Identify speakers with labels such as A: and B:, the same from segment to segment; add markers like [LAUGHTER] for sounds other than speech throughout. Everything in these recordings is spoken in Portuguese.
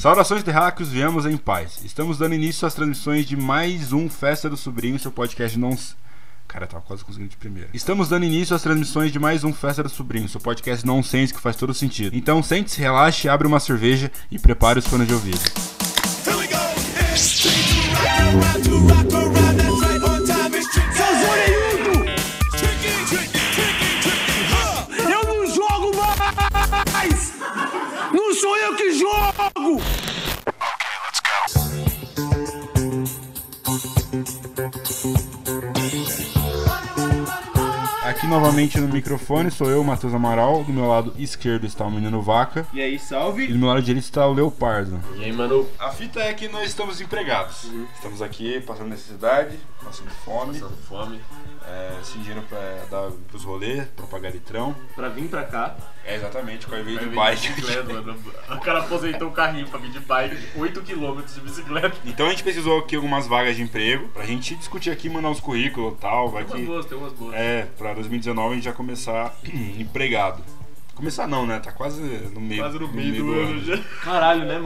A: Saudações terráqueos, viemos em paz. Estamos dando início às transmissões de mais um Festa do Sobrinho, seu podcast não. Cara, eu tava quase conseguindo de primeira. Estamos dando início às transmissões de mais um Festa do Sobrinho, seu podcast nonsense que faz todo sentido. Então sente-se, relaxe, abre uma cerveja e prepare os fones de ouvido.
B: Eu não jogo mais! Não sou eu que jogo!
A: Aqui novamente no microfone sou eu, Matheus Amaral. Do meu lado esquerdo está o menino Vaca.
C: E aí,
A: E
C: salve!
A: do meu lado direito está o Leopardo.
C: E aí, mano?
A: A fita é que nós estamos empregados. Estamos aqui passando necessidade, passando fome,
C: Passando fome.
A: é, sem dinheiro pra dar pros rolês, pra pagar litrão.
C: Pra vir pra cá,
A: É exatamente, com a veio
C: eu
A: de
C: vim
A: bike.
C: de bicicleta, né? mano. O cara aposentou o carrinho pra vir de bike, 8km de bicicleta.
A: Então a gente precisou aqui algumas vagas de emprego pra gente discutir aqui, mandar uns currículos e tal. Vai
C: Tem umas
A: que.
C: boas, tem umas boas.
A: É, pra 2019 a gente já começar [CLEARS THROAT] empregado. Começar não, né? Tá quase no meio,
C: Quase no meio do ano já. né,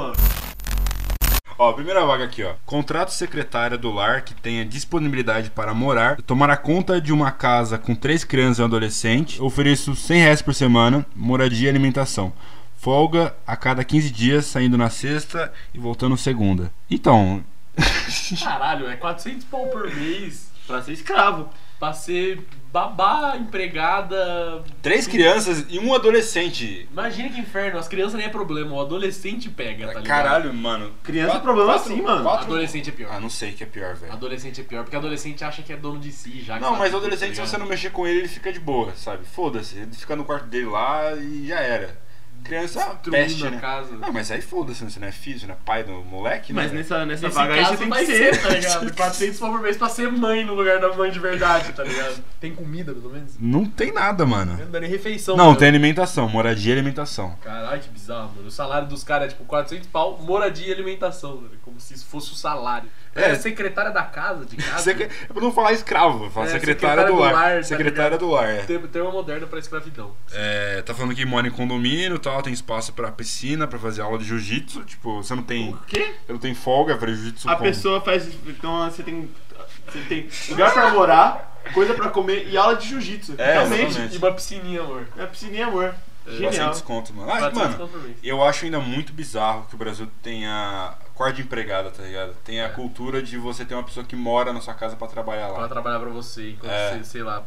A: Ó, primeira vaga aqui, ó. Contrato secretária do lar que tenha disponibilidade para morar, tomará conta de uma casa com três crianças e um adolescente, ofereço 100 reais por semana, moradia e alimentação. Folga a cada 15 dias, saindo na sexta e voltando segunda. Então, [LAUGHS]
C: Caralho, é 400 pau por mês pra ser escravo. Pra ser babá, empregada.
A: três crianças e um adolescente.
C: Imagina que inferno, as crianças nem é problema, o adolescente pega, tá ligado?
A: Caralho, mano.
D: Criança é
A: Quatro-
D: problema
A: quatro-
D: assim, mano.
A: quatro-
C: Adolescente é pior.
A: Ah, não sei o que é pior, velho.
C: Adolescente é pior, porque adolescente acha que é dono de si já. que
A: Não,
C: sabe
A: mas o
C: tudo,
A: adolescente, se
C: tá
A: você
C: ligado?
A: não mexer com ele, ele fica de boa, sabe? Foda-se, ele fica no quarto dele lá e já era. Criança é uma
C: Destruindo
A: peste,
C: a
A: né?
C: casa.
A: Não, mas aí foda-se, você não é filho, você não é pai do moleque,
D: Mas
A: né?
D: nessa, nessa
C: Nesse
D: vaga aí
C: caso
D: você tem
C: vai
D: que ser.
C: tá ligado? 400 pau por mês pra ser mãe no lugar da mãe de verdade, tá ligado? Tem comida, pelo menos?
A: Não tem nada, mano.
C: Não dá nem refeição.
A: Não,
C: mano.
A: tem alimentação, moradia e alimentação.
C: Caralho, que bizarro, mano. O salário dos caras é tipo 400 pau, moradia e alimentação, velho. Como se isso fosse o salário.
A: É.
C: É, secretária da casa, de casa.
A: Secre... É pra não falar escravo, eu falo
C: É,
A: secretária, do lar.
C: tá
A: secretária do lar, é.
C: Tem, tem uma moderna pra escravidão.
A: É, Tá falando que mora em condomínio e tal, tem espaço pra piscina, pra fazer aula de jiu-jitsu. Tipo, você não tem.
D: quê?
A: Eu não tenho folga pra jiu-jitsu
D: A
A: como?
D: pessoa faz. Então você tem. Você tem lugar pra morar, coisa pra comer e aula de jiu-jitsu.
A: É,
D: Realmente.
A: exatamente.
C: E uma piscininha, amor.
D: É piscininha, amor.
C: É,
A: Bastante
D: é Genial.
A: desconto, mano. Ah,
C: 400
A: mano,
C: pau por mês.
A: Eu acho ainda muito bizarro que o Brasil tenha quarto de empregada, tá ligado? Tem a cultura de você ter uma pessoa que mora na sua casa pra trabalhar
C: É. Pra
A: lá.
C: trabalhar pra você, enquanto
A: É.
C: você, sei lá.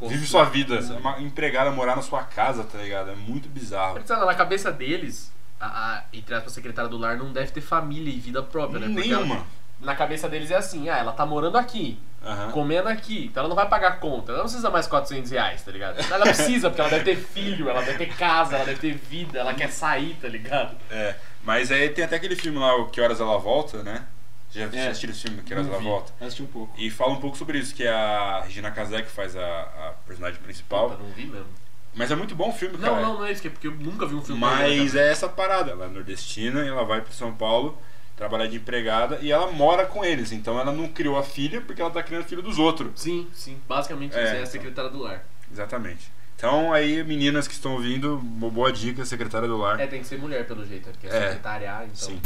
A: Vive
C: constru-
A: sua vida. É
C: É.
A: Uma empregada morar na sua casa, tá ligado? É muito bizarro.
C: Sei lá, na cabeça deles, a, a, entre aspas, a secretária do lar não deve ter família e vida própria, né? Porque ela-
A: Nenhuma.
C: na cabeça deles é assim, ah, ela tá morando aqui,
A: Aham.
C: comendo aqui, então ela não vai pagar conta, ela não precisa mais 400 reais, tá ligado?
D: [LAUGHS]
C: Ela precisa, porque ela deve ter filho, ela deve ter casa, ela deve ter vida, ela quer sair, tá ligado?
A: É. Mas aí tem até aquele filme lá, o Que Horas Ela Volta, né? Já já
D: É.
A: assistiram esse filme, Que Horas
D: Não
A: Ela
D: vi.
A: Volta?
D: Assisti um pouco.
A: E fala um pouco sobre isso, que a Regina Casé que faz a, a personagem
C: Puta,
A: principal.
C: não vi mesmo.
A: Mas é muito bom o filme, cara.
C: Não, não, não é isso, que é porque eu nunca vi um filme
A: Mas
C: dela,
A: é essa parada. Ela é nordestina e ela vai para São Paulo trabalhar de empregada e ela mora com eles. Então ela não criou a filha porque ela tá criando filho dos outros.
C: cara. Sim, sim, basicamente
A: É,
C: isso, é
A: então.
C: a secretária do lar.
A: Exatamente. Então aí, meninas que estão ouvindo, uma boa dica, secretária do lar.
C: É, tem que ser mulher pelo jeito, é porque é,
A: É.
C: secretária, então...
A: Sim.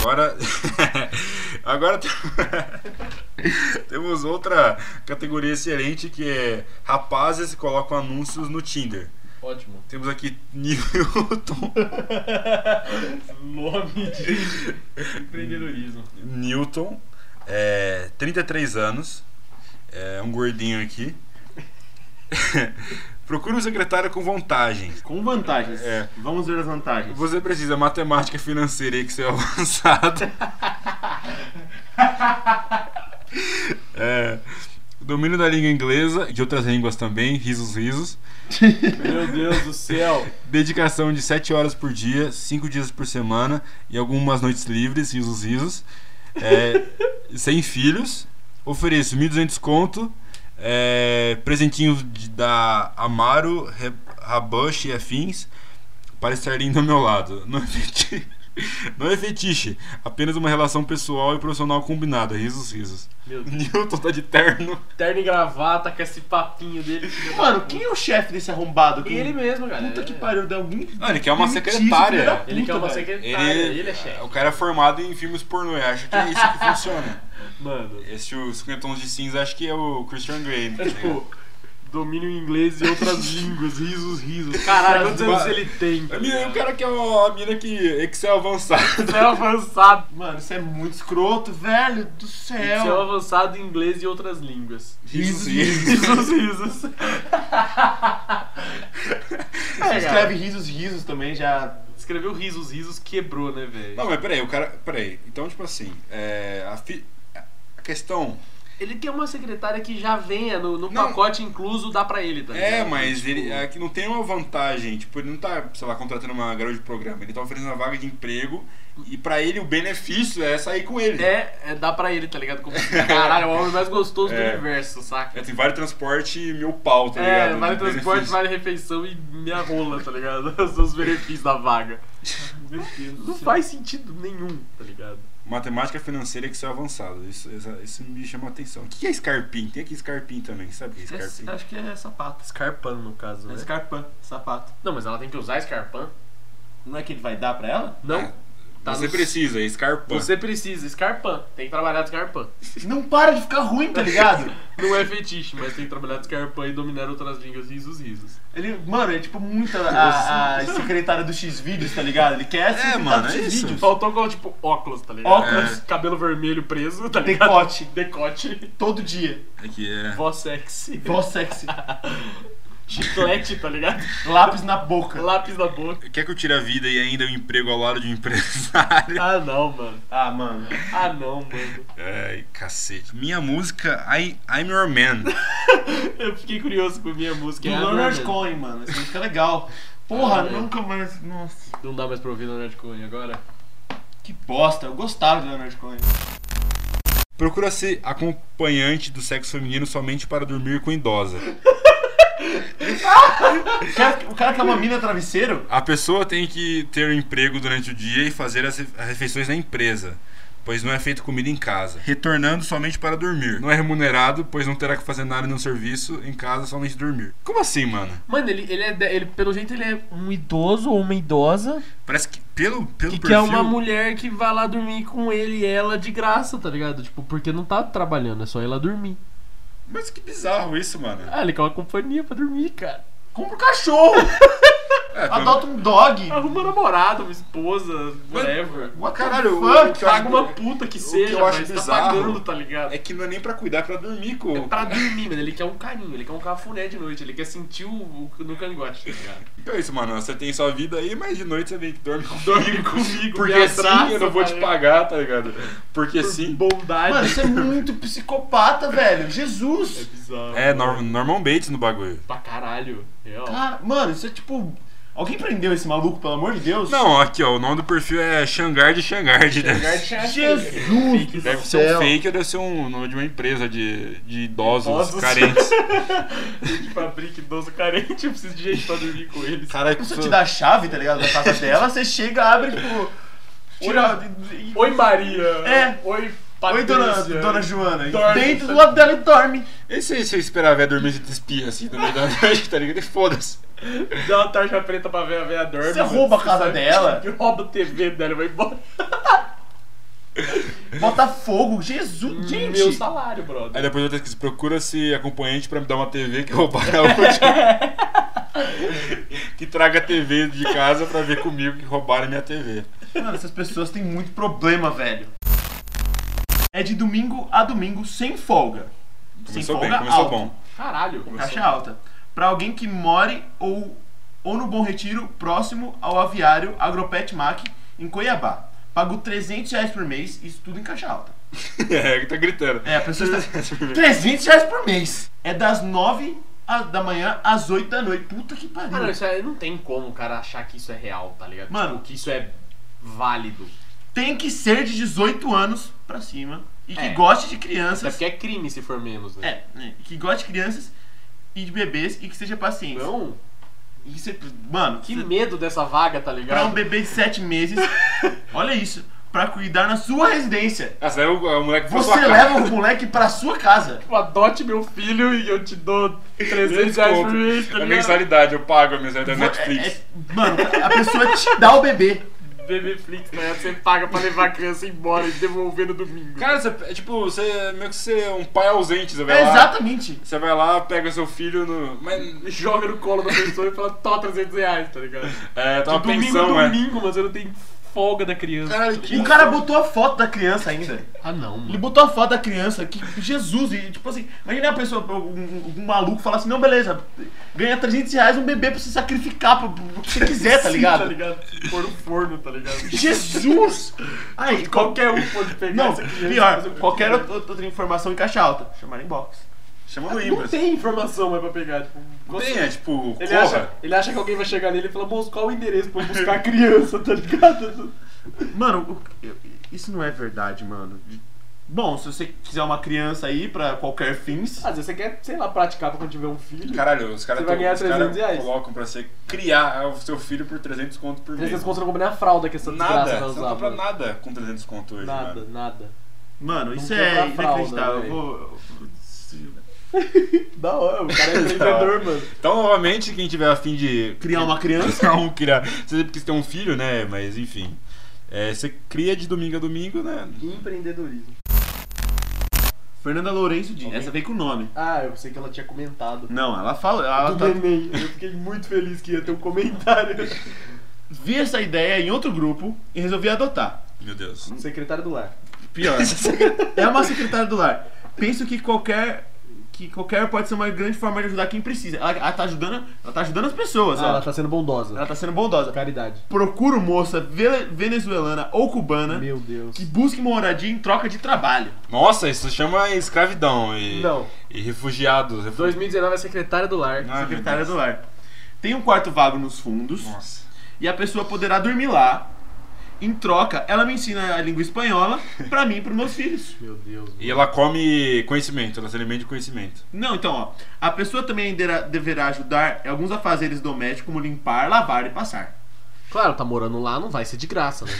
A: Agora. [LAUGHS] Agora tem- [LAUGHS] temos outra categoria excelente que é rapazes que colocam anúncios no Tinder.
C: Ótimo.
A: Temos aqui [LAUGHS] Newton.
C: Nome de empreendedorismo.
A: Newton, é, 33 anos, é um gordinho aqui. [LAUGHS] Procura um secretário com vantagem.
D: Com vantagens.
A: É.
D: Vamos ver as vantagens.
A: Você precisa matemática financeira e Excel avançado. [LAUGHS] É, domínio da língua inglesa e de outras línguas também, risos, risos.
C: Meu Deus do céu.
A: Dedicação de 7 horas por dia, 5 dias por semana e algumas noites livres, risos, risos. É, [LAUGHS] sem filhos. Ofereço 1.200 conto. É, presentinhos de- da Amaro, Re- Rabush e afins para estar lindo ao meu lado. Não entendi. [LAUGHS] Não é fetiche, apenas uma relação pessoal e profissional combinada. Risos, risos.
C: Meu Deus.
A: Newton tá de terno.
C: Terno e gravata com esse papinho dele. filho da
D: Mano,
C: puta.
D: quem é o chefe desse arrombado? Que-
C: Ele mesmo, cara.
D: Puta que
C: É.
D: pariu, de alguém.
A: Não, ele quer é uma
D: Demitido,
A: secretária.
D: filho da puta,
C: Ele quer uma
D: velho.
C: secretária, ele,
A: Ele,
C: é chefe.
A: o cara é formado em filmes pornô e acha que é isso que
C: [LAUGHS]
A: funciona.
C: Mano,
A: Esse o 50 tons de cinza acho que é o Christian
C: [LAUGHS]
A: Grey. tá
C: é
A: ligado?
C: tipo, domínio em inglês e outras línguas, risos, risos.
A: Mas
C: Caralho, quantos anos
A: ba-
C: ele tem?
A: A
C: tá
A: mina-
C: ligado?
A: o cara que é uma mina que Excel avançado. [LAUGHS]
C: Excel avançado.
D: Mano, isso é muito escroto, velho do
C: Excel
D: céu.
C: avançado em inglês e outras línguas.
A: Risos, risos.
C: Risos, risos.
D: Você escreve risos, risos também, já.
C: É, Escreveu risos, risos, quebrou, né, velho?
A: Não, mas peraí, o cara. Peraí. Então, tipo assim, é, a, fi- a questão.
C: Ele quer uma secretária que já venha no, no
A: Não.
C: pacote incluso, dá pra ele, tá
A: É,
C: ligado?
A: mas
C: Tipo,
A: ele aqui não tem uma vantagem. Tipo, ele não tá, sei lá, contratando uma garota de programa. Ele tá oferecendo uma vaga de emprego e pra ele o benefício é sair com ele.
C: É, é, dá pra ele, tá ligado? Como, caralho, é o homem mais gostoso
A: É.
C: do universo, saca?
A: É, tem vale transporte e meu pau, tá
C: É,
A: ligado?
C: vale
A: De [LAUGHS]
C: transporte,
A: benefício.
C: vale refeição e minha rola, tá ligado? [LAUGHS] São os benefícios da vaga.
D: Meu Deus do
C: Não
D: céu.
C: faz sentido nenhum, tá ligado?
A: Matemática financeira e Excel avançado. Isso, essa- isso me chama a atenção. O que é Scarpin? Tem aqui Scarpin também. Sabe o que é
D: Esse-
A: Scarpin?
D: Acho que é sapato.
C: Scarpan, no caso,
A: né?
D: É escarpã, sapato.
C: Não, mas ela tem que usar Scarpan?
D: Não é que ele vai dar pra ela?
C: Não.
A: É,
C: tá
A: Você
C: no-
A: precisa, é Scarpin.
C: Você precisa, Scarpan. Tem que trabalhar de Scarpan.
D: Não para de ficar ruim, tá ligado?
C: Não é fetiche, mas tem que trabalhar de Scarpan e dominar outras línguas, risos, risos.
D: Ele, mano, é tipo muito a, a secretária do X-Vídeos, tá ligado? Ele quer ser secretário
A: mano,
D: do
A: é isso.
D: X-Vídeos.
C: Faltou com, tipo, óculos, tá ligado?
D: Óculos.
C: Cabelo vermelho preso, tá ligado?
D: Decote,
C: Decote.
D: todo dia.
A: Aqui é.
C: Voz sexy.
D: Voz sexy.
C: Chiclete, tá ligado?
D: Lápis na boca.
C: Lápis na boca.
A: Quer que eu tire a vida e ainda o emprego ao lado de um [LAUGHS] empresário?
C: Ah, não, mano.
D: Ah, mano.
C: Ah, não, mano.
A: Ai, cacete. Minha música, I, I'm Your Man.
C: Eu fiquei curioso com a minha música.
D: Do
C: é a
D: Leonard
C: Norman.
D: Cohen, mano. Essa música é legal. Porra,
C: Ah, é.
D: nunca mais. Nossa.
C: Não dá mais pra ouvir Leonard Cohen agora?
D: Que bosta. Eu gostava de Leonard Cohen.
A: Procura ser acompanhante do sexo feminino somente para dormir com idosa.
D: O cara, o cara que é uma mina travesseiro?
A: A pessoa tem que ter um emprego durante o dia e fazer as re- as refeições na empresa, pois não é feito comida em casa. Retornando somente para dormir. Não é remunerado, pois não terá que fazer nada no serviço, em casa somente dormir. Como assim, mano?
C: Mano, ele, ele é. de- Ele, pelo jeito, ele é um idoso ou uma idosa
A: Parece que é pelo pelo perfil,
C: que quer uma mulher que vai lá dormir com ele e ela de graça, tá ligado? Tipo, porque não tá trabalhando, é só ir lá dormir.
A: Mas que bizarro isso, mano.
C: Ah, ele quer uma companhia pra dormir, cara.
D: Compra um cachorro.
A: É, quando-
D: Adota um dog.
C: Arruma um namorado, uma esposa, whatever.
D: What the
A: Caralho, o
D: fuck?
A: que eu acho-
C: Paga uma puta que
A: eu
C: seja,
A: acho
C: mas tá
A: bizarro
C: pagando, tá ligado?
A: É que não é nem pra cuidar, é pra dormir, co.
C: É pra dormir, mano. Ele quer um carinho, ele quer um cafuné de noite, ele quer sentir o, o- no cangote,
A: [LAUGHS]
C: tá ligado?
A: Então é isso, mano. Você tem sua vida aí, mas de noite você vem que dorme com
C: Dorme comigo,
A: Porque
C: me
A: sim,
C: abraça,
A: eu não vou te
C: cara.
A: pagar, tá ligado? Porque sim.
C: Bondade.
D: Mano, isso é muito psicopata, velho.
C: É
D: Jesus.
C: bizarro.
A: É,
C: mano.
A: Nor- Norman Bates no bagulho.
C: Pra caralho. Real.
A: então.
D: Cara, mano, isso é tipo. Alguém prendeu esse maluco, pelo amor de Deus?
A: Não, aqui, ó. O nome do perfil é Shangard Shangard. né?
D: Jesus do
A: Deve ser um
D: céu.
A: fake ou deve ser um nome de uma empresa de, de idosos,
C: Idosos.
A: carentes.
C: Fabrique idoso carente, eu preciso de gente pra dormir com eles.
A: Caralho,
D: A pessoa te dá a chave, tá ligado? Da casa dela, você chega, abre, tipo. Tira.
C: Oi, Maria.
D: É.
C: Oi,
D: Oi,
C: Patrícia.
D: dona, dona Joana. E
C: Dorme.
D: Deita do lado dela e dorme.
A: Esse aí, se eu esperar a véia dormir, você te espia assim no meio
D: [LAUGHS]
A: da noite, tá ligado? E Foda-se.
C: Dá uma tarja preta pra ver a veia dorme.
D: Você rouba a casa
C: Sabe?
D: dela.
C: [LAUGHS] Rouba a TV dela e vai embora.
D: Botafogo, Jesus,
C: Meu
D: gente.
C: salário,
A: Aí
C: brother.
A: depois eu pesquisa, procura-se acompanhante pra me dar uma TV que eu vou pagar
D: [LAUGHS]
A: hoje. [LAUGHS] que traga a TV de casa pra ver comigo que roubaram minha TV.
D: Mano, essas pessoas têm muito problema, velho. É de domingo a domingo, sem folga. sem
A: Começou
D: folga
A: bem, começou
D: alta.
A: bom. [LAUGHS]
C: Caralho.
D: Caixa alta. Pra alguém que more ou, ou no Bom Retiro, próximo ao aviário Agropet Mac, em Cuiabá. Pago 300 reais por mês, isso tudo em caixa alta.
A: É, que tá gritando.
D: É, a pessoa está... 300 reais por mês. É das 9 a- da manhã às 8 da noite. Puta que
C: Ah, não,
D: pariu.
C: isso é- não tem como o cara achar que isso é real, tá ligado?
D: Mano.
C: Tipo, que isso é válido.
D: Tem que ser de 18 anos pra cima e que
C: É.
D: goste de
C: Até
D: crianças.
C: porque é crime se for menos, né?
D: É, né, que goste de crianças e de bebês e que seja paciente.
C: Não?
D: E você- mano,
C: Que
D: você-
C: medo dessa vaga, tá
D: pra um
C: ligado?
D: bebê de 7
A: [LAUGHS]
D: meses, olha isso, pra cuidar na sua
A: [LAUGHS]
D: residência.
A: Essa é o, é o moleque pra
D: Você
A: sua
D: leva
A: casa.
D: o moleque pra sua casa.
C: Tipo, Adote meu filho e eu te dou 300 reais por mês, tá
A: A
C: ligado?
A: mensalidade, eu pago a mensalidade da
D: É-
A: Netflix.
D: é- mano, a pessoa te dá o bebê.
C: Bebeflix, né? Você paga pra levar a criança embora e devolver no domingo.
A: Cara, você, é tipo, você meio que você é um pai ausente, você vai
D: É
A: lá.
D: exatamente.
A: Você vai lá, pega seu filho no. Mas
C: joga no colo da pessoa e fala, tó 300 reais, tá ligado?
A: É, tá
C: Tipo,
A: uma
C: domingo,
A: pensão, é.
C: domingo, mas eu não tenho folga da criança.
A: Caralho, que-
D: O cara botou a foto da criança ainda.
C: Ah, não,
D: Ele
C: mano.
D: botou a foto da criança, que Jesus, e tipo assim, imagina a pessoa, um, um- um maluco falar assim, não, beleza, ganha 300 reais um bebê pra você sacrificar pro, pro que você quiser, tá
C: [LAUGHS] Sim,
D: ligado?
C: Tá ligado? Pôr no forno, tá ligado?
D: Jesus! Aí,
C: [LAUGHS] Qualquer um pode pegar
D: Não,
C: essa criança.
D: pior,
C: fazer o que
D: qualquer
C: quiser.
D: outra, outra informação em caixa alta. Chamar inbox. Chama no
C: Não
D: Ibras.
C: tem informação mais pra pegar, tipo... você-
A: Tem, assim. é tipo,
C: Ele
A: corra.
C: acha, ele acha que alguém vai chegar nele e falar, moço, qual o endereço pra eu buscar a criança, [LAUGHS] tá ligado?
D: Mano, o- eu- isso não é verdade, mano. De- Bom, se você quiser uma criança aí pra qualquer fins.
C: Às vezes você quer, sei lá, praticar pra quando tiver um filho.
A: Caralho, os caras
C: Você vai
A: tão-
C: ganhar
A: os
C: 300
A: caras
C: reais.
A: colocam pra você criar o seu filho por 300 conto por mês.
C: 300 conto não compra nem a fralda que essa desgraça
A: é. Nada,
C: vai
A: você
C: usar.
A: não compra
C: mano.
A: nada com 300 conto hoje, né?
C: nada,
A: mano.
C: nada.
D: Mano, isso
C: tem pra
D: é
C: fralda,
D: inacreditável.
C: velho.
D: Eu vou- eu vou- se-
C: [LAUGHS] Da hora, o cara é empreendedor, mano.
A: Então, novamente, quem tiver a fim de
D: Criar uma criança.
A: não criar, você porque você tem um filho, né, mas enfim. É, você cria de domingo a domingo, né?
C: Empreendedorismo.
D: Fernanda Lourenço Dias.
A: Alguém?
D: Essa veio com o nome.
C: Ah, eu pensei que ela tinha comentado.
D: Não, ela fala. Ela
C: do
D: tá-
C: neném. Eu fiquei muito feliz que ia ter um comentário.
D: vi essa ideia em outro grupo e resolvi adotar.
A: Meu Deus.
C: Secretário do lar.
D: Pior. é uma secretária do lar. Penso que qualquer. Que qualquer pode ser uma grande forma de ajudar quem precisa. Ela, ela tá ajudando. Ela tá ajudando as pessoas.
C: Ah,
D: ela,
C: ela tá sendo bondosa.
D: ela tá sendo bondosa.
C: Caridade.
D: Procuro moça vele- venezuelana ou cubana
C: Meu Deus.
D: que busque moradia em troca de trabalho.
A: Nossa, isso chama escravidão e,
C: Não.
A: e refugiados. refu-
C: 2019 é secretária do lar.
A: Ah, meu
D: secretária
A: Deus.
D: do lar. Tem um quarto vago nos fundos
A: Nossa.
D: e a pessoa poderá dormir lá. Em troca, ela me ensina a língua espanhola pra mim e pros meus filhos.
C: Meu Deus.
A: E ela come conhecimento, ela se alimenta de conhecimento.
D: Não, então, ó. A pessoa também dera- deverá ajudar em alguns afazeres domésticos, como limpar, lavar e passar.
C: Claro, tá morando lá, não vai ser de graça, né?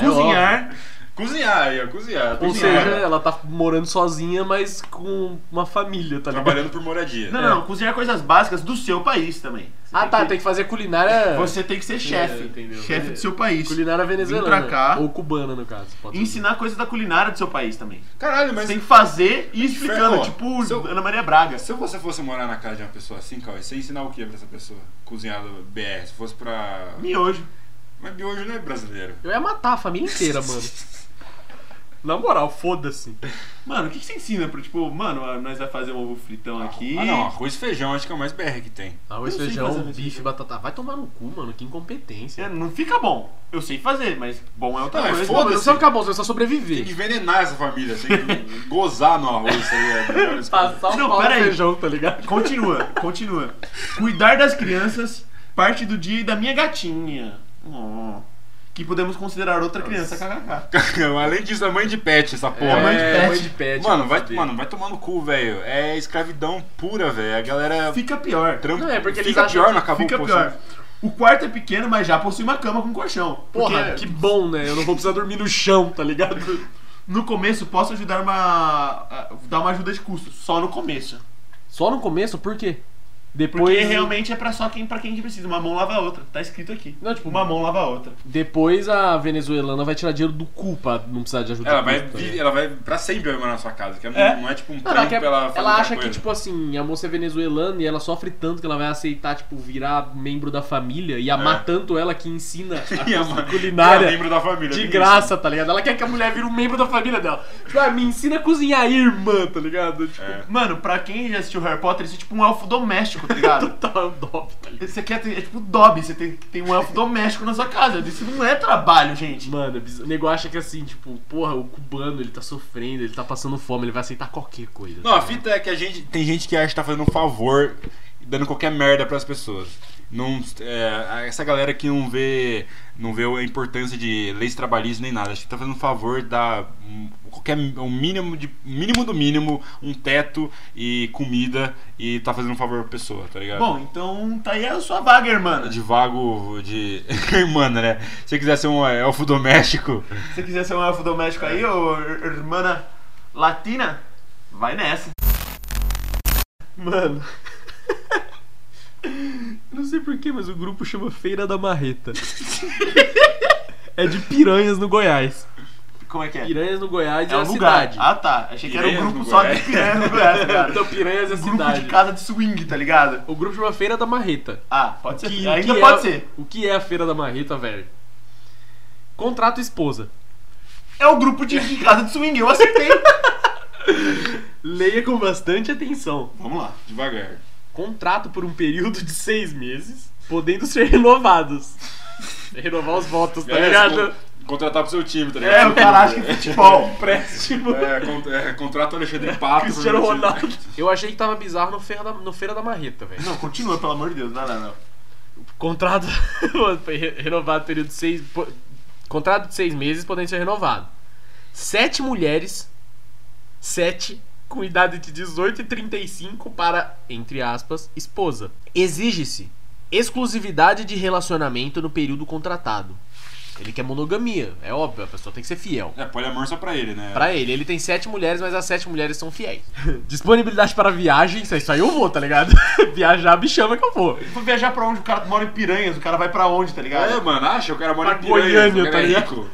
C: É
D: Cozinhar.
A: Cozinhar, ia cozinhar.
C: Ou
A: cozinhar.
C: seja, ela tá morando sozinha, mas com uma família, tá ligado?
A: Trabalhando por moradia.
D: é- Não, não, cozinhar coisas básicas do seu país também.
C: [LAUGHS]
D: Você
C: Ah,
D: tem
C: tá,
D: que-
C: tem que fazer culinária.
D: Você tem que ser chefe.
C: entendeu.
D: Chefe do seu país.
C: Culinária venezuelana.
D: Vim pra cá.
C: Ou cubana, no caso. Pode
D: E ensinar coisas da culinária do seu país também.
A: Caralho, mas
D: Você tem que fazer e ir explicando,
A: Ó,
D: tipo
A: seu-
D: Ana Maria Braga.
A: se você fosse morar na casa de uma pessoa assim, Cauê, você ia ensinar o que pra essa pessoa? Cozinhar do BR, se fosse pra...
D: Miojo.
A: Mas miojo não é brasileiro.
C: Eu ia matar a família inteira, mano. Na moral, foda-se.
D: Mano, o que, que você ensina pro tipo, mano, ah, nós vai fazer um ovo fritão aqui.
A: Ah não, arroz e feijão acho que é o mais BR que tem.
C: Arroz,
D: Eu sei
C: feijão,
D: fazer
C: bife,
D: feijão.
C: batata. Vai tomar no cu, mano. Que incompetência.
D: É, não fica bom. Eu sei fazer, mas bom é outra
A: Não, é
D: coisa.
A: foda.
C: Mano, não precisa ficar bom, você precisa sobreviver.
A: Envenenar essa família, assim,
C: [LAUGHS]
A: gozar no arroz, isso aí é a melhor escolha.
C: Passar um
D: Não,
C: pau no
D: pera aí.
C: feijão, tá ligado?
D: Continua, continua. Cuidar das crianças, parte do dia e da minha gatinha. Oh, que podemos considerar outra criança, kkk.
A: [LAUGHS] Além disso, é mãe de pet essa porra.
D: mãe de pet.
C: mãe um de pet.
A: Mano, vai,
C: foder.
A: mano, vai tomar no cu, velho. É escravidão pura, velho. A galera
D: Fica pior.
A: trampa.
C: Não, é porque eles
A: fica
C: acham
A: pior,
C: que
A: não acabou
D: Fica
A: pô,
D: pior.
A: assim.
D: O quarto é pequeno, mas já possui uma cama com colchão.
C: Porra, que
D: Porque
C: bom, né? Eu não vou precisar dormir no chão, tá ligado?
D: no começo posso ajudar uma. a- dar uma ajuda de custo. Só no começo.
C: Só no começo, por quê? Depois.
D: Porque realmente é pra só quem para quem precisa. Uma mão lava a outra. Tá escrito aqui.
C: Não, tipo,
D: uma mão lava a outra.
C: Depois a venezuelana vai tirar dinheiro do cu pra não precisar de ajuda.
A: Ela vai,
C: custa, né?
A: vi- ela vai pra sempre morar na sua casa. Que não,
D: É.
A: não é tipo um
C: Não, ela,
A: trampo
C: quer-
A: ela
C: ela
A: faz outra
C: acha que,
A: coisa. [LAUGHS]
C: tipo assim, a moça é venezuelana e ela sofre tanto que ela vai aceitar, tipo, virar membro da família e amar
A: É.
C: tanto ela que ensina a [LAUGHS]
A: E [LAUGHS] a
C: coisa
A: mãe-
C: culinária
A: é membro da família.
C: de
A: tem né?
C: graça, tá ligado? Ela quer que a mulher vire um membro da família dela. Tipo, ah, me ensina a cozinhar, irmã, tá ligado?
A: isso.
C: Tipo,
A: É.
D: Mano, pra quem já assistiu Harry Potter, isso é tipo um elfo doméstico, tá ligado?
C: total dop, [LAUGHS] tá ligado?
D: Isso aqui é, é tipo Dobby, você tem, tem um elfo doméstico na sua casa. Isso não é trabalho, gente.
C: Mano, é bizarro. o nego acha que assim, tipo, porra, o cubano ele tá sofrendo, ele tá passando fome, ele vai aceitar qualquer coisa.
A: Não, a fita é que a gente. Tem gente que acha que tá fazendo um favor e dando qualquer merda pras pessoas. não, é, essa galera que não vê, não vê a importância de leis trabalhistas nem nada, acho que tá fazendo um favor da um, qualquer um mínimo de mínimo do mínimo, um teto e comida e tá fazendo um favor pra pessoa, tá ligado?
D: Bom, então tá aí a sua vaga, irmã.
A: de vago de [LAUGHS] mano, né? Se você quiser ser um elfo doméstico,
D: Se você quiser ser um elfo doméstico aí, ô ir- irmã latina, vai nessa. Mano,
C: Não sei porquê, mas o grupo chama Feira da Marreta. [LAUGHS] é de Piranhas no Goiás.
D: como é que é?
C: Piranhas no Goiás é,
D: É
C: a
D: um lugar.
C: cidade.
D: Ah tá, achei que era um
A: Piranhas
D: grupo
A: do
D: só
A: Goiás.
D: de piranha no Goiás, tá
C: [LAUGHS]
D: ligado?
E: Então, Piranhas é
D: Grupo
E: cidade.
D: de casa de swing, tá ligado?
C: O grupo chama Feira da Marreta.
D: Ah, pode ser.
C: Que-
D: Ainda
C: que
D: pode
C: é-
D: ser.
C: O que é a Feira da Marreta, velho? Contrato esposa.
D: É o grupo de, de casa de swing, eu aceitei.
C: Leia com bastante atenção.
D: Vamos lá.
A: devagar.
C: Contrato por um período de seis meses, podendo ser renovados. Renovar os votos, tá ligado? um
A: Contratar pro seu time, tá
D: É, o cara acha que é futebol.
C: Empréstimo.
A: É, con- é, contrata o Alexandre Pato.
C: Cristiano
A: pro meu time.
C: Ronaldo. Eu achei que tava bizarro no Feira da, no Feira da Marreta, velho.
D: Não, continua, pelo amor de Deus. Não, não, não.
C: Contrato [LAUGHS] foi re- renovado período de seis. po- Contrato de seis meses podendo ser renovado. Sete mulheres, sete, com idade de 18 e 35 para, entre aspas, esposa. Exige-se exclusividade de relacionamento no período contratado. Ele quer monogamia, é óbvio, a pessoa tem que ser fiel.
A: É, poliamor só pra ele, né?
C: Pra ele, ele tem sete mulheres, mas as sete mulheres são fiéis. [LAUGHS] Disponibilidade para viagens, isso aí eu vou, tá ligado? [LAUGHS] Viajar me chama que eu vou.
D: Foi viajar pra onde? O cara mora em Piranhas, o cara vai pra onde, tá ligado?
A: É, mano, acha? O cara mora
C: Pra
A: em Piranha,
C: Goiânia,
A: o cara é
C: tá ligado?
A: rico.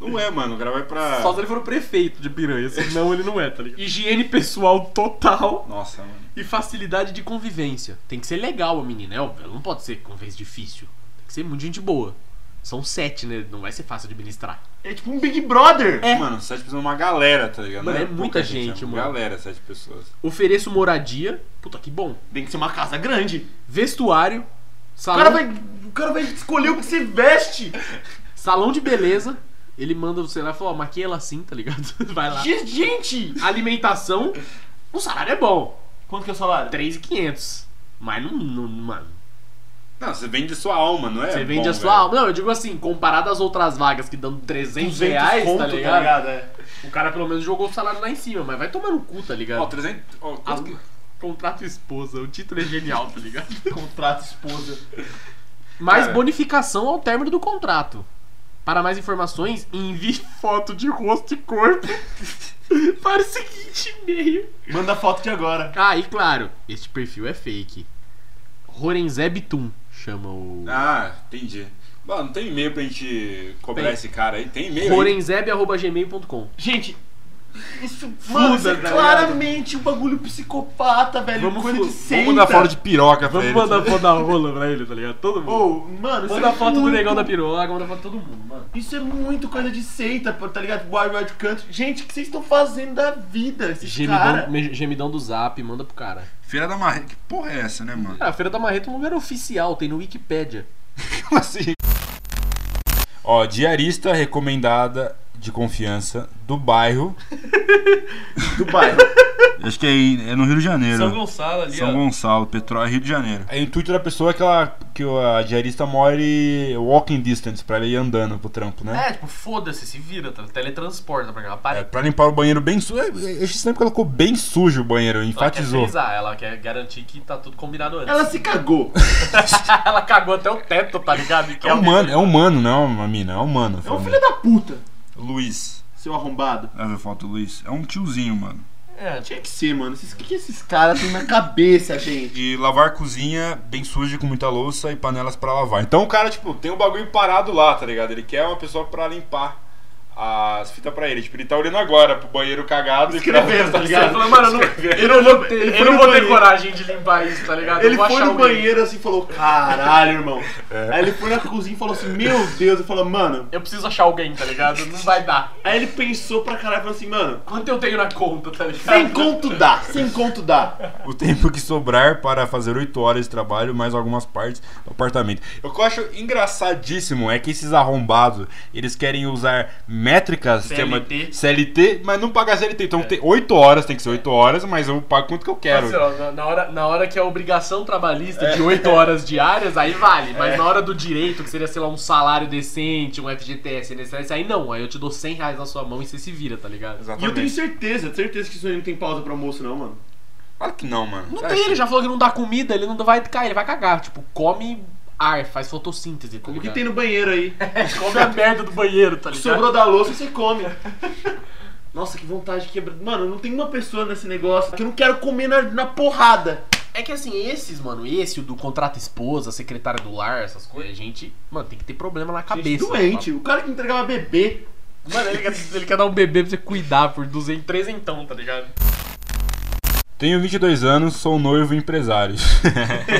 A: Não é, mano, o cara vai
D: Ah.
A: pra...
C: Só se ele for o prefeito de piranha, senão ele não é, tá ligado? Higiene pessoal total
A: Nossa, mano.
C: e facilidade de convivência. Tem que ser legal a menina, é óbvio. Ela não pode ser convivência difícil. Tem que ser muito gente boa. São sete, né? Não vai ser fácil de administrar.
D: É tipo um Big Brother.
C: É.
A: Mano, sete pessoas é uma galera, tá ligado?
C: Mano,
A: Não
C: é muita
A: pouca
C: gente,
A: é uma
C: mano.
A: galera, sete pessoas.
C: Ofereço moradia. Puta que bom.
D: Tem que ser uma casa grande.
C: Vestuário.
D: O
C: Salão,
D: cara vai, o cara vai escolher o que você veste.
C: salão de beleza. Ele manda você lá e fala, ó, maquia ela assim, tá ligado? [LAUGHS] Vai lá.
D: Gente!
C: Alimentação. O salário é bom.
D: Quanto que é o salário?
C: 3,500. Mas não, não, mano.
A: Não, você vende sua alma, não é?
C: Você vende
A: Bom,
C: a sua
A: velho.
C: alma. Não, eu digo assim, comparado às outras vagas que dão 300 reais, tá
D: conto,
C: ligado?
D: É.
C: O cara pelo menos jogou o salário lá em cima, mas vai tomar no cu, tá ligado?
A: Ó, 300... ó, quanto
C: As-
A: que-
C: Contrato esposa, o título é genial, tá ligado? [LAUGHS]
D: Contrato esposa.
C: Mais
A: Cara.
C: bonificação ao término do contrato. Para mais informações, envie [LAUGHS] foto de rosto e corpo [LAUGHS] para o seguinte e-mail.
D: Manda foto de agora.
C: Ah, e claro, este perfil é fake. Rorenzé Bitum chama o...
A: Ah, entendi. Mano, não tem e-mail pra gente cobrar
C: Tem.
A: esse cara aí? Tem e-mail aí?
C: Rorenzeb.gmail.com
D: Gente, isso, mano, isso é
C: tá ligado?
D: claramente um bagulho psicopata, velho.
C: Vamos
D: coisa
C: fu-
D: de
C: vamos
D: seita.
A: piroca pra
C: Vamos mandar foto da rola pra ele, tá ligado? Todo mundo.
D: Ô, mano, isso
C: Manda
D: é
C: a foto do
D: muito-
C: negão da piroga, manda foto de todo mundo, mano.
D: Isso é muito coisa de seita, pô, tá ligado? Wild Wild Country. Gente, o que vocês estão fazendo da vida? Esses
C: Gemidão,
D: cara.
C: me- gemidão do zap, manda pro cara.
A: Feira da Marreta. Que porra é essa, né, mano?
C: Cara, a Feira da Marreta é um lugar oficial, tem no Wikipédia.
A: Como assim? Ó, diarista recomendada de confiança do bairro.
D: Do bairro.
A: Acho que é, em- é no Rio de Janeiro.
C: Gonçalo ali,
A: São Gonçalo, Petrópolis, Rio de Janeiro. O intuito da pessoa é que, ela, que a diarista more walking distance, pra ela ir andando pro trampo, né?
C: É, tipo, foda-se, se vira, tá? teletransporta pra aquela
A: É,
C: parede.
A: pra limpar o banheiro bem sujo. Eu sempre que ela ficou bem sujo o banheiro,
C: Ela quer
A: enfatizou.
C: frisar, ela quer garantir que tá tudo combinado antes. [LAUGHS]
D: Ela se cagou.
C: ela cagou até o teto, tá ligado? E quer
A: É humano, é humano, não é uma mina, é humano.
D: É um filho da puta,
A: Luiz.
D: seu arrombado.
A: Vai ver foto do Luiz. É um tiozinho, mano.
C: É,
D: Tinha que ser, mano. Esses- O que, que esses caras têm na cabeça, gente?
A: De lavar cozinha bem suja, com muita louça e panelas pra lavar. Então o cara, tipo, tem um bagulho parado lá, tá ligado? Ele quer uma pessoa pra limpar as fitas pra ele. Tipo, ele tá olhando agora pro banheiro cagado e
D: Escrevendo,
A: pra...
D: tá ligado?
C: Ela falou, mano, eu não, eu não vou ter,
D: Ele
C: eu não vou
D: foi no
C: ter
D: banheiro.
C: coragem de limpar isso, tá ligado?
D: Ele
C: eu vou
D: foi
C: achar
D: no
C: alguém.
D: banheiro assim e falou, caralho, irmão. Aí ele foi na cozinha e falou assim, meu Deus. Eu falou, mano.
C: Eu preciso achar alguém, tá ligado? Não vai dar.
D: Aí ele pensou pra caralho e falou assim, mano,
C: Quanto eu tenho na conta, tá ligado? [LAUGHS]
D: sem conto dá, sem conto dá.
A: [LAUGHS] o tempo que sobrar para fazer 8 horas de trabalho, mais algumas partes do apartamento. O que eu acho engraçadíssimo é que esses arrombados, eles querem usar métricas,
D: CLT.
A: Tema, CLT, mas não paga CLT. Então tem 8 horas, tem que ser 8 horas, mas eu pago quanto que eu quero.
C: Assim, É. ó, na- na, hora, na hora que é obrigação trabalhista de 8 horas diárias, aí vale.
D: É.
C: Mas na hora do direito, que seria, sei lá, um salário decente, um FGTS, INSS, aí não. Aí eu te dou 100 reais na sua mão e você se vira, tá ligado?
D: E eu tenho
A: Exatamente.
D: certeza, certeza que isso aí não tem pausa pra almoço, não, mano.
A: Claro que não, mano.
C: Não
D: É,
A: Você
C: tem,
A: acha?
C: ele já falou que não dá comida, ele não vai cair, ele vai cagar. Tipo, come ar, faz fotossíntese. Tá
D: O que
C: ligado?
D: tem no banheiro aí?
C: Come a merda do banheiro, tá ligado?
D: Sobrou da louça, você come. [LAUGHS] Nossa, que vontade de quebrar. Mano, não tem uma pessoa nesse negócio que eu não quero comer na, na porrada.
C: É que assim, esses, mano, esse o do contrato esposa, secretária do lar, essas coisas, a gente, mano, tem que ter problema na cabeça.
D: Gente doente. O cara que entregava bebê.
C: Mano, ele quer, ele quer dar um bebê pra você cuidar por 200, 300, então, tá ligado?
A: Tenho 22 anos, sou noivo e empresário. [LAUGHS]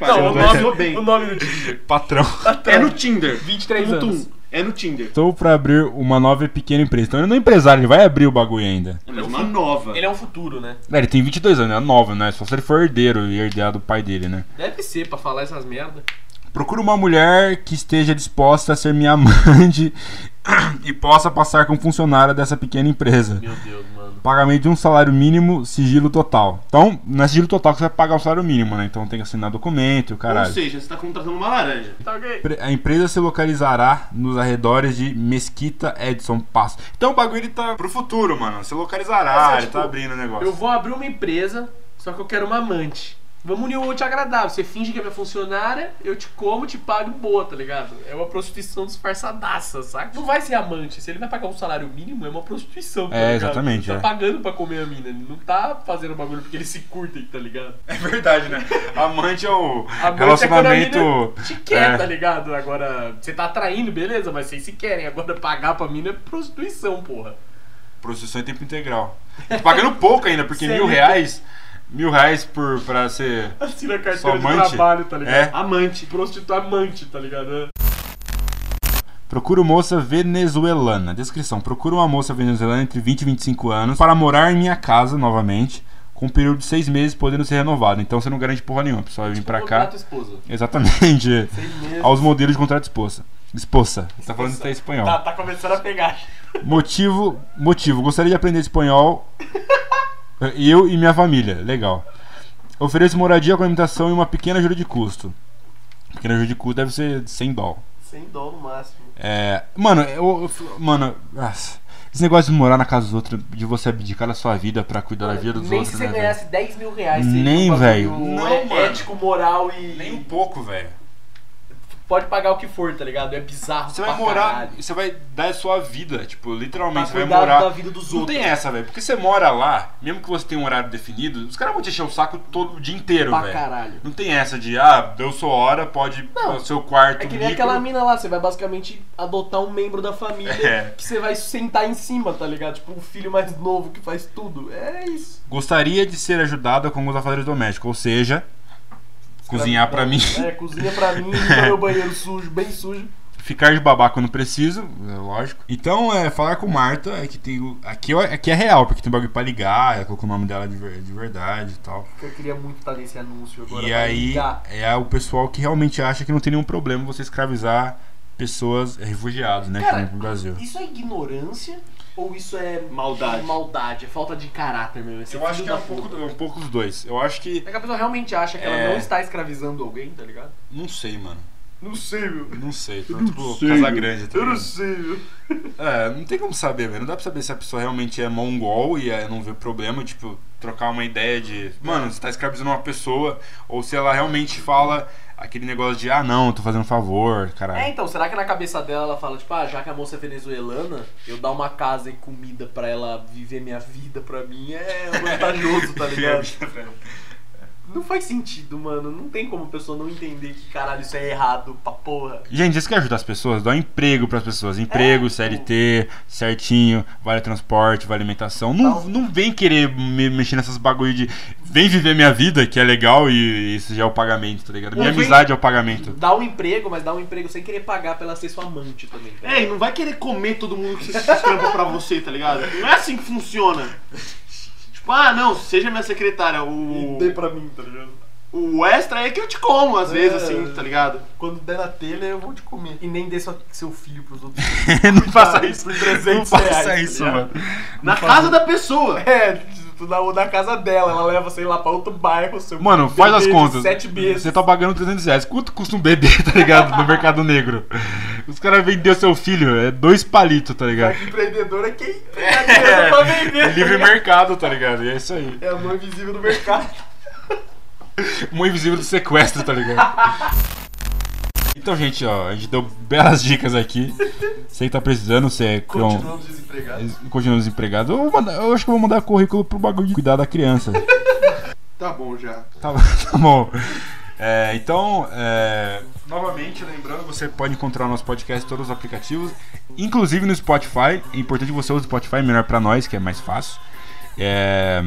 C: Não, o
D: Começou
C: nome,
D: bem.
C: o nome do dia.
A: Patrão.
D: É no Tinder.
C: 23
D: Ponto
C: anos.
D: um. É no Tinder.
A: Estou pra abrir uma nova e pequena empresa. Então ele não é empresário, ele vai abrir o bagulho ainda.
D: É uma nova.
C: Ele é um futuro, né?
A: É, ele tem 22 anos, é nova, né? Só se ele for herdeiro e herdear do pai dele, né?
C: Deve ser pra falar essas merda.
A: Procuro uma mulher que esteja disposta a ser minha [LAUGHS] amante [CLEARS THROAT] e possa passar como funcionária dessa pequena empresa.
C: Meu Deus, mano.
A: Pagamento de um salário mínimo, sigilo total. Então, não é sigilo total que você vai pagar o salário mínimo, né? Então tem que assinar documento,
C: um
D: Ou
A: caralho.
D: seja, você tá contratando uma laranja.
C: Tá ok.
A: Pre- A empresa se localizará nos arredores de Mesquita Edson Passo. Então o bagulho ele tá pro futuro, mano. Se
C: Mas é,
A: localizará, ele
C: tipo,
A: tá abrindo o negócio.
C: Eu vou abrir uma empresa, só que eu quero uma amante. Vamos unir o útil ao agradável. Você finge que é minha funcionária, eu te como, te pago boa, tá ligado? É uma prostituição disfarçadaça, saca? Não vai ser amante. Se ele vai pagar um salário mínimo, é uma prostituição, tá
A: É,
C: ligado?
A: exatamente,
C: Ele
A: é.
C: tá pagando pra comer a mina. Ele não tá fazendo bagulho porque eles se curtem, tá ligado?
A: [LAUGHS] É verdade, né? Amante é o
C: Amante
A: relacionamento.
C: é quando a mina te quer,
A: é.
C: tá ligado? Agora, você tá atraindo, beleza, mas vocês se querem. Agora, pagar pra mina é prostituição, porra.
A: Processão em tempo integral. E Pagando pouco ainda, porque mil
C: Sério?
A: reais. Mil reais por, pra ser.
C: Assina a
A: Sua
C: carteira de
A: amante?
C: trabalho, tá ligado?
A: É.
D: Amante.
C: Prostituta amante, tá ligado?
A: Procuro moça venezuelana. Descrição: Procuro uma moça venezuelana entre 20 e 25 anos para morar em minha casa novamente, com um período de seis meses podendo ser renovado. Então você não garante porra nenhuma, pessoal. Vem pra cá.
C: Contrata esposa.
A: Exatamente. [LAUGHS]
C: meses.
A: Aos modelos de contrato esposa. Esposa. Tá falando até espanhol.
C: Tá, tá começando a pegar.
A: Motivo, motivo. Gostaria de aprender espanhol. eh, eu e minha família. Legal. Ofereço moradia, alimentação e uma pequena ajuda de custo. Pequena ajuda de custo deve ser 100 dólares.
C: Sem dó no máximo.
A: É, mano, eu, eu- mano, nossa, esse negócio de morar na casa dos outros, de você abdicar da sua vida pra cuidar da vida dos
C: Nem
A: outros,
C: se você
A: né, velho?
C: ganhasse 10 mil reais,
A: Nem,
C: seria um
A: velho.
C: bagulho
A: Não,
C: é-
A: mano.
C: ético, moral e.
A: Nem um pouco, velho.
C: Pode pagar o que for, tá ligado? É bizarro.
A: Você vai
C: pra
A: morar,
C: caralho.
A: você vai dar a sua vida, tipo,
C: Pra
A: literalmente você vai
C: cuidar
A: morar.
C: da vida dos
A: Não
C: outros.
A: tem essa, velho, porque você mora lá, mesmo que você tenha um horário definido, os caras vão te encher o saco todo o dia inteiro,
C: Pra
A: velho.
C: caralho.
A: Não tem essa de, ah, deu sua hora, pode ir
C: Não.
A: ao seu quarto.
C: É que nem
A: micro.
C: aquela mina lá, você vai basicamente adotar um membro da família
A: É.
C: que você vai sentar em cima, tá ligado? Tipo, o filho mais novo que faz tudo. É isso.
A: Gostaria de ser ajudada com os afazeres domésticos, ou seja, cozinhar pra
C: [LAUGHS]
A: mim. [LAUGHS]
C: É, cozinha pra mim, limpa meu banheiro sujo, bem sujo.
A: Ficar de babá quando preciso, é lógico. Então, é, falar com Marta é que tem. o- Aqui, é- aqui é real, porque tem bagulho pra ligar, ela colocou o nome dela de, ver- de verdade e tal.
C: Eu queria muito estar nesse anúncio agora.
A: e
C: pra
A: aí
C: ligar.
A: é o pessoal que realmente acha que não tem nenhum problema você escravizar pessoas é, refugiados, né?
C: Cara,
A: que vem pro Brasil.
C: Isso é ignorância ou isso é
D: Maldade.
C: maldade? É falta de caráter, meu. Esse
A: Eu acho
C: filho
A: que é
C: da
A: um pouco,
C: puta.
A: é um pouco dos dois. Eu acho que.
C: É que a pessoa realmente acha que ela
A: É.
C: não está escravizando alguém, tá ligado?
A: Não sei, mano.
C: Não sei, meu.
A: Não sei. Foi
D: não
A: tipo
D: sei,
A: Casa
D: meu.
A: Grande tá
D: Eu não
A: ligado?
D: sei, viu?
A: É, não tem como saber, velho. Não dá pra saber se a pessoa realmente é mongol e é, não vê problema, tipo, trocar uma ideia de, mano, você tá escravizando uma pessoa, ou se ela realmente fala aquele negócio de, ah, não, eu tô fazendo um favor,
C: É,
A: caralho.
C: então, será que na cabeça dela ela fala, tipo, ah, já que a moça é venezuelana, eu dar uma casa e comida pra ela viver minha vida pra mim é vantajoso, [LAUGHS] tá ligado? Não faz sentido, mano. Não tem como a pessoa não entender que caralho isso é errado pra porra.
A: Gente, isso que ajuda as pessoas, dá um emprego pras pessoas.
C: É.
A: Emprego, CLT, certinho, vale transporte, vale alimentação. Não,
C: Tal.
A: não vem querer me mexer nessas bagulho de vem viver minha vida, que é legal, e isso já é o pagamento, tá ligado? Minha
D: Não vem-
A: amizade é o
C: [LAUGHS]
A: pagamento.
C: Dá um emprego, mas dá um emprego sem querer pagar pra ela ser sua amante também. tá
D: É, e não vai querer comer todo mundo que se trampa pra você, tá ligado? Não é assim que funciona. Tipo, ah, não, seja minha secretária. O,
C: Dê pra mim, tá ligado?
D: O extra é que eu te como, às vezes,
C: É.
D: assim, tá ligado?
C: Quando der na telha, eu vou te comer. E nem dê só seu filho pros [LAUGHS] outros.
A: não faça
C: Cara,
A: isso.
C: por
A: Não
C: 300
A: faça
C: reais,
A: isso,
C: tá
A: mano.
C: ligado?
D: Na casa da pessoa.
C: É, tu dá na casa dela, ela leva, sei lá, pra outro bairro. Seu
A: Mano, faz
C: bebê
A: as
C: de
A: contas.
C: Sete meses.
A: Você tá pagando 300 reais. Quanto custa um bebê, [LAUGHS] tá ligado? No mercado negro. Os caras vendeu seu filho, é dois palitos, tá ligado?
C: Empreendedor é quem tem a coisa pra
A: É
C: vender.
A: livre mercado, tá ligado? E é isso aí.
C: É a mão invisível do mercado.
A: Um invisível do sequestro, tá ligado? Então, gente, ó, a gente deu belas dicas aqui. Você que tá precisando, você é que é um-
D: Continuamos desempregados.
A: continua desempregado. Eu, vou mandar- eu acho que eu vou mandar currículo pro bagulho de cuidar da criança.
D: Tá bom já.
A: Tá, tá bom. [LAUGHS] É, então, é, novamente, lembrando, você pode encontrar o nosso podcast em todos os aplicativos, inclusive no Spotify. É importante que você use o Spotify, melhor pra nós, que é mais fácil. É,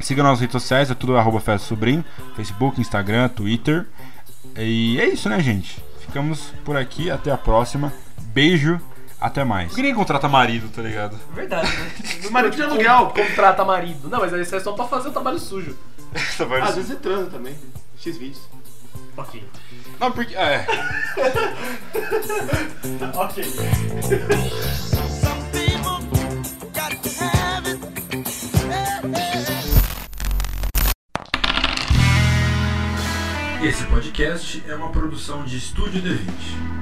A: siga nossas redes sociais, é tudo arroba Festa Sobrinho, Facebook, Instagram, Twitter. E é isso, né, gente? Ficamos por aqui, até a próxima. Beijo, até mais. Por que nem contrata marido, tá ligado? [LAUGHS]
C: Verdade, [LAUGHS] né?
D: Marido de aluguel.
C: Contrata marido. Não, mas isso é só pra fazer o trabalho sujo.
A: Ah,
D: Às
A: assim.
C: é
D: vezes você transa também. X vídeos.
C: Ok.
A: Não, porque. É.
C: Ok.
F: Some people got to have it.
A: Esse podcast é uma produção de Estúdio D20.